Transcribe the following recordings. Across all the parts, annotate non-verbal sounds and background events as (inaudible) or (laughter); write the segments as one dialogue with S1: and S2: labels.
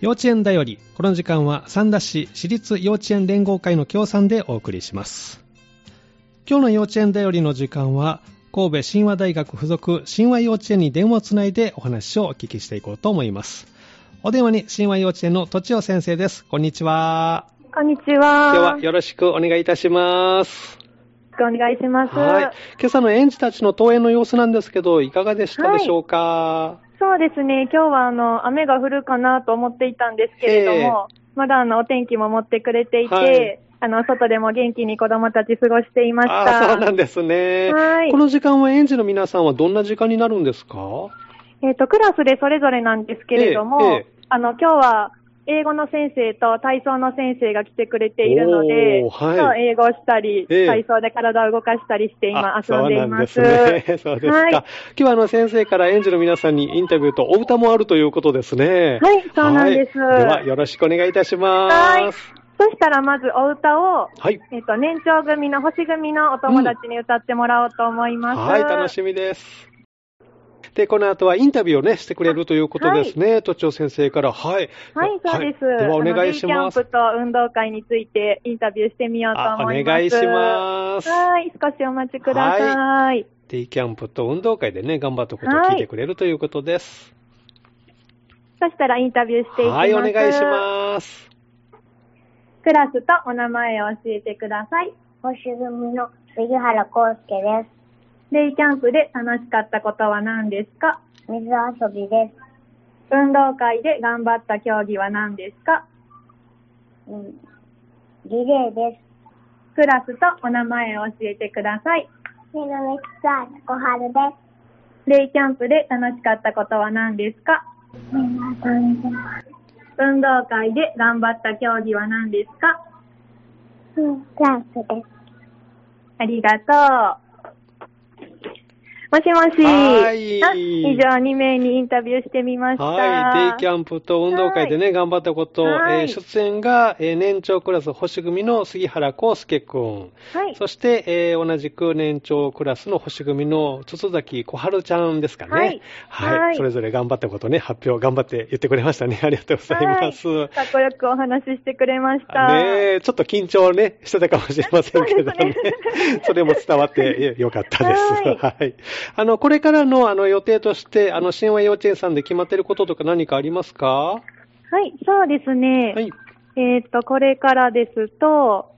S1: 幼稚園だよりこの時間は三田市私立幼稚園連合会の協賛でお送りします今日の幼稚園だよりの時間は神戸神話大学附属神話幼稚園に電話をつないでお話をお聞きしていこうと思いますお電話に神話幼稚園のとちお先生ですこんにちは
S2: こんにち
S1: 今
S2: は。
S1: 日はよろしくお願いいたします
S2: ろしくお願いします。
S1: はい今朝の園児たちの登園の様子なんですけどいかがでしたでしょうか、
S2: そうですね、今日はあの雨が降るかなと思っていたんですけれども、まだあのお天気も持ってくれていて、
S1: はい
S2: あの外でも元気に子供たち過ごしていまし
S1: ああそうな
S2: た。
S1: んですね。
S2: はい
S1: この時間は園児の皆さんはどんな時間になるんですか
S2: えっ、と、クラスでそれぞれなんですけれども、
S1: ええええ
S2: あの今日は英語の先生と体操の先生が来てくれているので、
S1: おーはい
S2: 今日英語をしたり、
S1: ええ
S2: 体操で体を動かしたりして今
S1: あ
S2: 遊んでいます。
S1: そうなんですね。 (laughs) そうですか。
S2: はい
S1: 今日はあの先生から園児の皆さんにインタビューとお歌もあるということですね。
S2: はいそうなんです
S1: はいではよろしくお願いいたします。
S2: はい。そしたらまずお歌を、
S1: はい。
S2: えっと、年長組の星組のお友達に歌ってもらおうと思います。
S1: はい、楽しみです。で、この後はインタビューをね、してくれるということですね。都庁先生から。はい。
S2: はい、そうです。
S1: はいではお願いし
S2: あの
S1: ま
S2: デ
S1: す
S2: イ。キャンプと運動会についてインタビューしてみようと
S1: あお
S2: 思
S1: 願
S2: います。
S1: いします。
S2: はい、少しお待ちください。
S1: デイキャンプと運動会でね、頑張ったことを聞いてくれるということです。
S2: そしたらインタビューしていきます。
S1: はい、お願いします。
S2: す。クラスとお名前を教えてください。
S3: 星組の杉原康介で
S2: デイキャンプで楽しかったことは何ですか
S3: す。水遊びです。
S2: 運動会で頑張った競技は何ですか
S3: うん、リレーです。
S2: クラスとお名前を教えてください。
S3: みのみつさん、こはるで
S2: デイキャンプで楽しかったことは何ですか
S3: す。みなさんです。
S2: 運動会で頑張った競技は何ですか
S3: うん、ジャンプです。
S2: ありがとう。もしもし。
S1: はい
S2: あ以上2名にインタビューしてみました。
S1: はい、デイキャンプと運動会でね、頑張ったこと、
S2: はい
S1: えー出演が、えー年長クラス星組の杉原康介くん、
S2: はい。
S1: そして、えー同じく年長クラスの星組の筒崎小春ちゃんですかね。
S2: はい
S1: はい
S2: はい
S1: それぞれ頑張ったことね、発表頑張って言ってくれましたね。ありがとうございます。
S2: はいかっこよくお話ししてくれました。
S1: ねえ、ちょっと緊張ね、してたかもしれませんけどね。 (laughs) それも伝わってえよかったです。は。
S2: はい
S1: あの、これからのあの予定として、あの、神話幼稚園さんで決まってることとか何かありますかは
S2: はい、そうですね。
S1: い。
S2: えーっと、これからですと、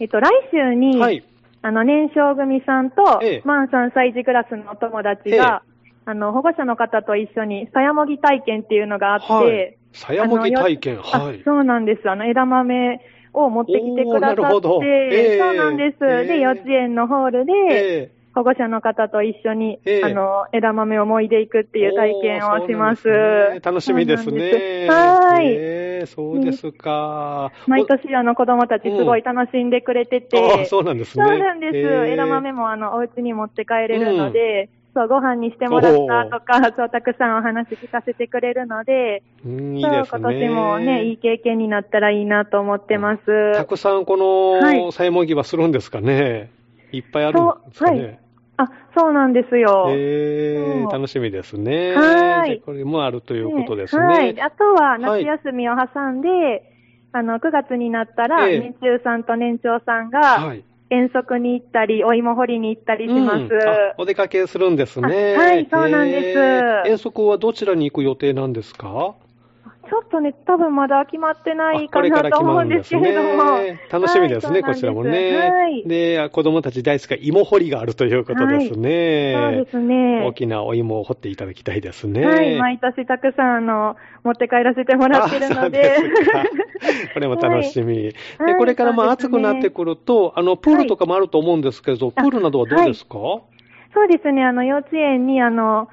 S2: えーっと、来週に、
S1: はい。
S2: あの、年少組さんと、
S1: ええ
S2: マン3歳児クラスのお友達が、あの、保護者の方と一緒に、さやもぎ体験っていうのがあって、
S1: はい。さやもぎ体験。
S2: あのよ
S1: はい
S2: あ。そうなんです。あの、枝豆を持ってきてく
S1: おーな
S2: ださっ
S1: るほど
S2: て、
S1: ええ
S2: そうなんです、
S1: ええ
S2: で、幼稚園のホールで、
S1: え
S2: 保護者の方と一緒に、
S1: ええ
S2: あの、枝豆をもいでいくっていう体験をします。
S1: おーそうなんですね楽しみですね。
S2: そうなんですはい。
S1: ええそうですか。
S2: 毎年、あの、子供たちすごい楽しんでくれてて、
S1: おあそうなんですね。
S2: そうなんです。
S1: ええ
S2: 枝豆もあのお家に持って帰れるので、そうご飯にしてもらったとか、そうたくさんお話聞かせてくれるので、
S1: うん、いい
S2: そう
S1: ですね。
S2: 今年もねいい経験になったらいいなと思ってます。
S1: たくさんこ
S2: は
S1: の、
S2: い
S1: さやもぎはするんですかね。いっぱいあるんですかね。
S2: あ、そうなんですよ。
S1: えー
S2: そう
S1: 楽しみですね。
S2: はい
S1: でこれもあるということですね。
S2: はい。あとは夏
S1: はい
S2: 休みを挟んで、あの9月になったら、
S1: ええ
S2: 年中さんと年長さん
S1: は
S2: が
S1: い。
S2: 遠足に行ったり、お芋掘りに行ったりします。
S1: うんあお出かけするんですね。
S2: あはいそうなんです
S1: えー遠足はどちらに行く予定なんですか
S2: ちょっとね、多分まだ決まってない
S1: あこ
S2: か
S1: れから
S2: なと
S1: 決
S2: 思
S1: ま
S2: う
S1: る
S2: ん
S1: ん
S2: で
S1: ですす
S2: けれども。
S1: ね。楽しみですね、
S2: はい
S1: こちらもね。
S2: そうなんです
S1: で、子供たち大好きな芋掘りがあるということですね。
S2: はい。そうですね。
S1: 大きなお芋を掘っていただきたいですね。
S2: はい、毎年たくさんあの持って帰らせてもらってるので
S1: あそうすかこれも楽しみ。で
S2: はい、
S1: これからまあ
S2: そうです
S1: 暑
S2: ね
S1: くなってくると、あの、プールとかもあると思うんですけど、プールなどはどうですか、
S2: そうですね、あの幼稚園にあの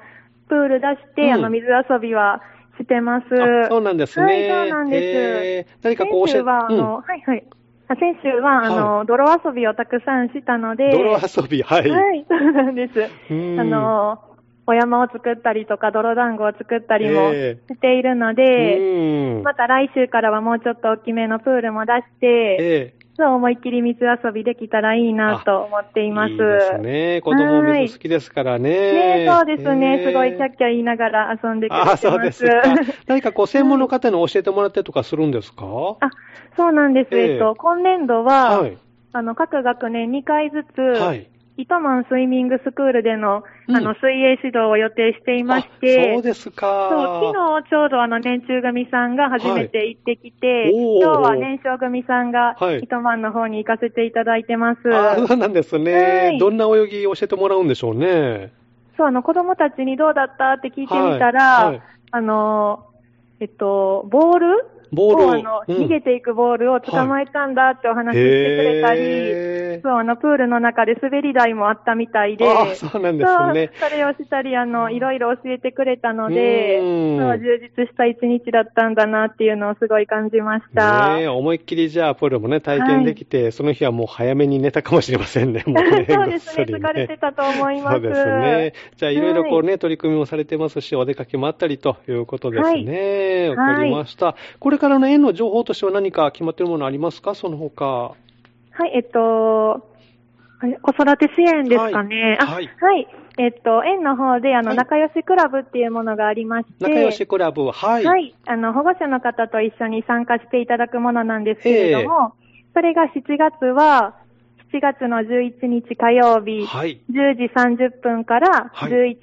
S2: プール出して、
S1: うん
S2: あの水遊びはしてます。
S1: あそうなんですね。
S2: はいそうなんです
S1: えー何かこう
S2: 先
S1: 教え
S2: 週は、あの、はいはい。あ先週は、あの、泥遊びをたくさんしたの
S1: う
S2: で、
S1: ん、泥遊び、はい。
S2: はい、そうなんです。
S1: うん
S2: あの、お山を作ったりとか、泥団子を作ったりも
S1: え
S2: しているので、
S1: うん
S2: また来週からはもうちょっと大きめのプールも出して、
S1: え
S2: そう思いっきり水遊びできたらいいなと思っています。
S1: いいですね。子供水好きですからね。
S2: ねそうですね。すごいキャッ
S1: キ
S2: キャ言いながら遊んでくれてます。
S1: あ、そうです
S2: (laughs)
S1: か。何かこう、専門の方に教えてもらってとかするんですか
S2: あそうなんです。
S1: ええ
S2: えっと、今年度は、あの、各学年2回ずつ、
S1: はい。
S2: 糸満スイミングスクールでの、
S1: うん
S2: あの、水泳指導を予定していまし
S1: あ
S2: て、
S1: そうですか。
S2: そう昨日ちょうどあの年中組さんが初めて行ってきて、
S1: はいおー
S2: 今日は年少組さんが
S1: はい
S2: 糸満の方に行かせていただいてます。
S1: あそうなんですね、
S2: はい
S1: どんな泳ぎ教えてもらうんでしょうね。
S2: そう、あの子供たちにどうだったって聞いてみたら、
S1: はいはい
S2: あの、えっと、ボール
S1: ボール
S2: を
S1: を
S2: あの、
S1: うん
S2: 逃げていくボールを捕まえたんだってお話ししてくれたり、
S1: へー
S2: そう、あの、プールの中で滑り台もあったみたいで、
S1: あそうなんですね。
S2: そうそれをしたり、あの、いろいろ教えてくれたので、
S1: うん
S2: そう充実した一日だったんだなっていうのをすごい感じました。 (laughs)
S1: ねえ、思いっきりじゃあ、プールもね、体験できて、その日はもう早めに寝たかもしれません
S2: (laughs)
S1: ね、もね
S2: そうですね、
S1: ぐっすり
S2: 疲れてたと思いま
S1: そ
S2: す。
S1: うですね。じゃあ、いろいろこう
S2: はい
S1: ね、取り組みもされてますし、お出かけもあったりということですね。わ、
S2: はい
S1: かりました、これからの園の情報としては何か決まっているものありますかその他。
S2: はい、えっと、あれ子育て支援ですかね。あ
S1: はい
S2: はい。えっと、園の方で、あの、
S1: はい
S2: 仲良しクラブっていうものがありまして、
S1: 仲良しクラブ、はい。
S2: はい。あの、保護者の方と一緒に参加していただくものなんですけれども、それが7月は、7月の11日火曜日、
S1: はい。
S2: 10時30分から
S1: はい
S2: 11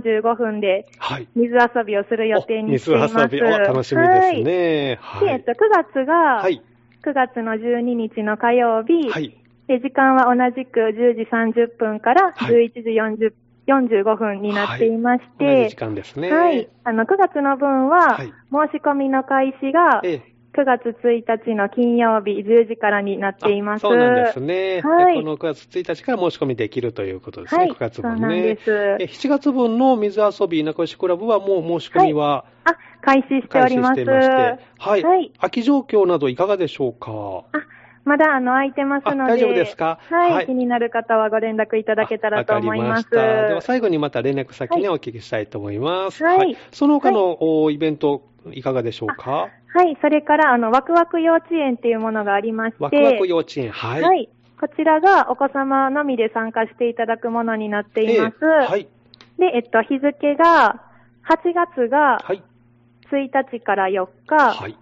S2: 時45分で
S1: はい。
S2: 水遊びをする予定にしています。
S1: お水遊び、お楽しみですね。
S2: はい。で、
S1: は
S2: えっ
S1: い。
S2: と、9月が、
S1: はい。
S2: 9月の12日の火曜日、
S1: はい。
S2: で時間は同じく10時30分から
S1: はい
S2: 11時40 45分になっていまし
S1: 同じ
S2: て
S1: 時、間ですね。
S2: はい。あの、9月の分は、
S1: はい
S2: 申し込みの開始が、
S1: ええ
S2: 9月1日の金曜日10時からになっています。
S1: あそうなんですね。
S2: はい
S1: でこの9月1日から申し込みできるということですね、
S2: はい
S1: 9月分
S2: そうなん
S1: ね
S2: で。す
S1: え7月分の水遊び仲良しクラブはもう申し込みは
S2: あ、開始してお
S1: 開
S2: り
S1: 始し
S2: ます。
S1: ていまして、はい、
S2: はい
S1: 秋状況などいかがでしょうか
S2: あ、まだあの空いてますので、
S1: あ大丈夫ですか
S2: はい、
S1: はい
S2: 気になる方はご連絡いただけたらと思います。
S1: あわかりました。では最後にまた連絡先ね、
S2: は
S1: お
S2: い
S1: 聞きしたいと思います。
S2: はい
S1: その他の、おイベントいかがでしょうか
S2: はい、それからあのワクワク幼稚園っていうものがありまして、
S1: ワクワク幼稚園、は。
S2: はいい、こちらがお子様のみで参加していただくものになっています。
S1: ええはい。
S2: で、えっと、日付が、8月が
S1: はい。
S2: 1日から4日、
S1: はい。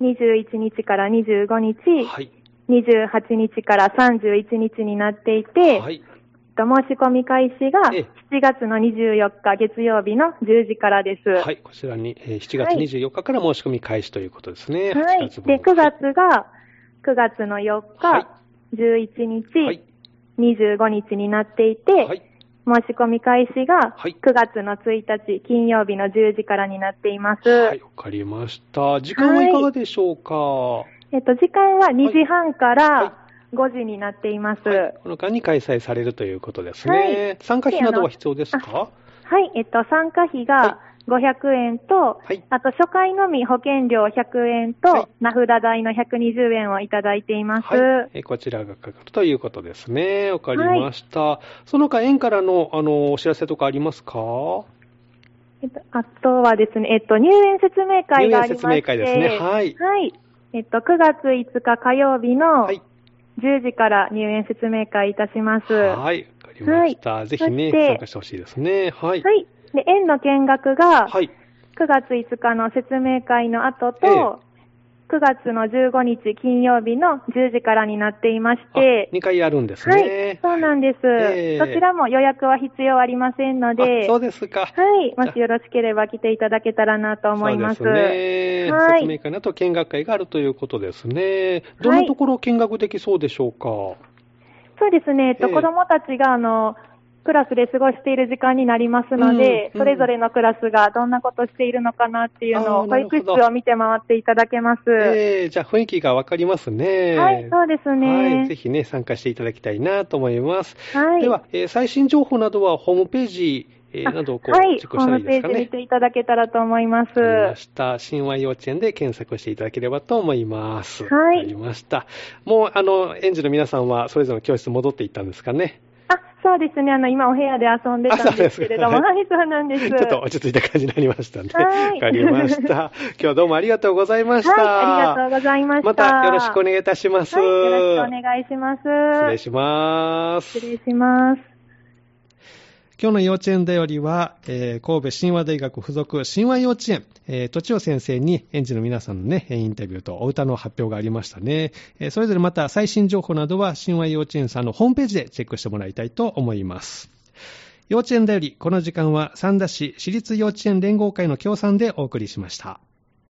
S2: 21日から25日、
S1: はい。
S2: 28日から31日になっていて、
S1: はい。
S2: えっと申し込み開始が
S1: ええ
S2: 7月の24日月曜日の10時からです。
S1: はい、こちらに、えー7月
S2: はい
S1: 24日から申し込み開始ということですね。
S2: はい。
S1: 8分
S2: で、9月が、9月の4日、
S1: はい
S2: 11日、
S1: はい。
S2: 25日になっていて、
S1: はい。
S2: 申し込み開始が
S1: はい
S2: 9月の1日金曜日の10時からになっています。
S1: はい、わかりました。時間はいかがでしょうか、は
S2: えっと、時間は2時半か
S1: はい
S2: ら5時になっています。
S1: い
S2: はい、
S1: この間に開催されるということですね。
S2: はい
S1: 参加費などは必要です
S2: あ
S1: か
S2: えっと、参加費
S1: はい
S2: が500円と、
S1: はい
S2: あと初回のみ保険料100円と、
S1: はい
S2: 名札代の120円をいただいています。
S1: はい、えーこちらがかかるということですね。わかりました。その他、園からの、あの、お知らせとかありますか
S2: えっと、あとはですね、えっと、入園説明会がありまして
S1: 入園説明会ですねはい
S2: えっと、9月5日火曜日の
S1: はい。
S2: 10時から入園説明会いたします。は
S1: はい、わかりました。
S2: はい
S1: ぜひね、
S2: そして
S1: 参加してほしいですね。はい
S2: い。。で、園の見学が、
S1: はい。
S2: 9月5日の説明会の
S1: え
S2: 後
S1: え
S2: と、9月の15日金曜日の10時からになっていまして、
S1: 2回やるんです
S2: はい、
S1: ね。
S2: そうなんです、
S1: ええ
S2: どちらも予約は必要ありませんの
S1: あ
S2: で、
S1: そうですか。
S2: はい、もしよろしければ来ていただけたらなと思います。
S1: そうですね。
S2: はい
S1: 説明会の後、見学会があるということですね。どんなところを見学できそうでしょうか。
S2: そうですね、えっと
S1: ええ
S2: 子どもたちがあのクラスで過ごしている時間になりますので、
S1: うん
S2: それぞれのクラスがどんなことしているのかなっていうの
S1: あー
S2: を、
S1: な
S2: 保
S1: るほど
S2: 育室を見て回っていただけます。
S1: えーじゃあ雰囲気がわかりますね。
S2: はい、そうです
S1: はい
S2: ね
S1: ぜ。ひね、参加していただきたいなと思います。
S2: はい。
S1: では、えー最新情報などはホームページ、えー
S2: あ
S1: などをこう、
S2: はい、
S1: チェッ
S2: ホ
S1: クした
S2: ー
S1: らい
S2: ム
S1: いで
S2: ペ
S1: すか
S2: ージ見
S1: ね。
S2: ていただけたらと思います。
S1: わかりました。新和幼稚園で検索していただければと思います。
S2: はい
S1: わかりました。もう、あの、園児の皆さんは、それぞれの教室戻っていったんですかね。
S2: あ、そそうですね、あの、今お部屋で遊んでたんですけれども、
S1: あ
S2: はい、そうなんで
S1: (laughs)
S2: す。
S1: ちょっと落ち着いた感じになりましたね。
S2: はい
S1: わかりました。今日はどうもありがとうございました。
S2: はい、ありがとうございました。
S1: またよろしくお願いいたします。
S2: はい、よろしくお願いします。
S1: 失礼します。
S2: 失礼します。
S1: 今日の幼稚園だよりは、えー神戸神話大学附属神話幼稚園、えー、とちお先生に園児の皆さんのね、えーインタビューとお歌の発表がありましたね。えーそれぞれまた最新情報などは神話幼稚園さんのホームページでチェックしてもらいたいと思います。幼稚園だより、この時間は三田市私立幼稚園連合会の協賛でお送りしました。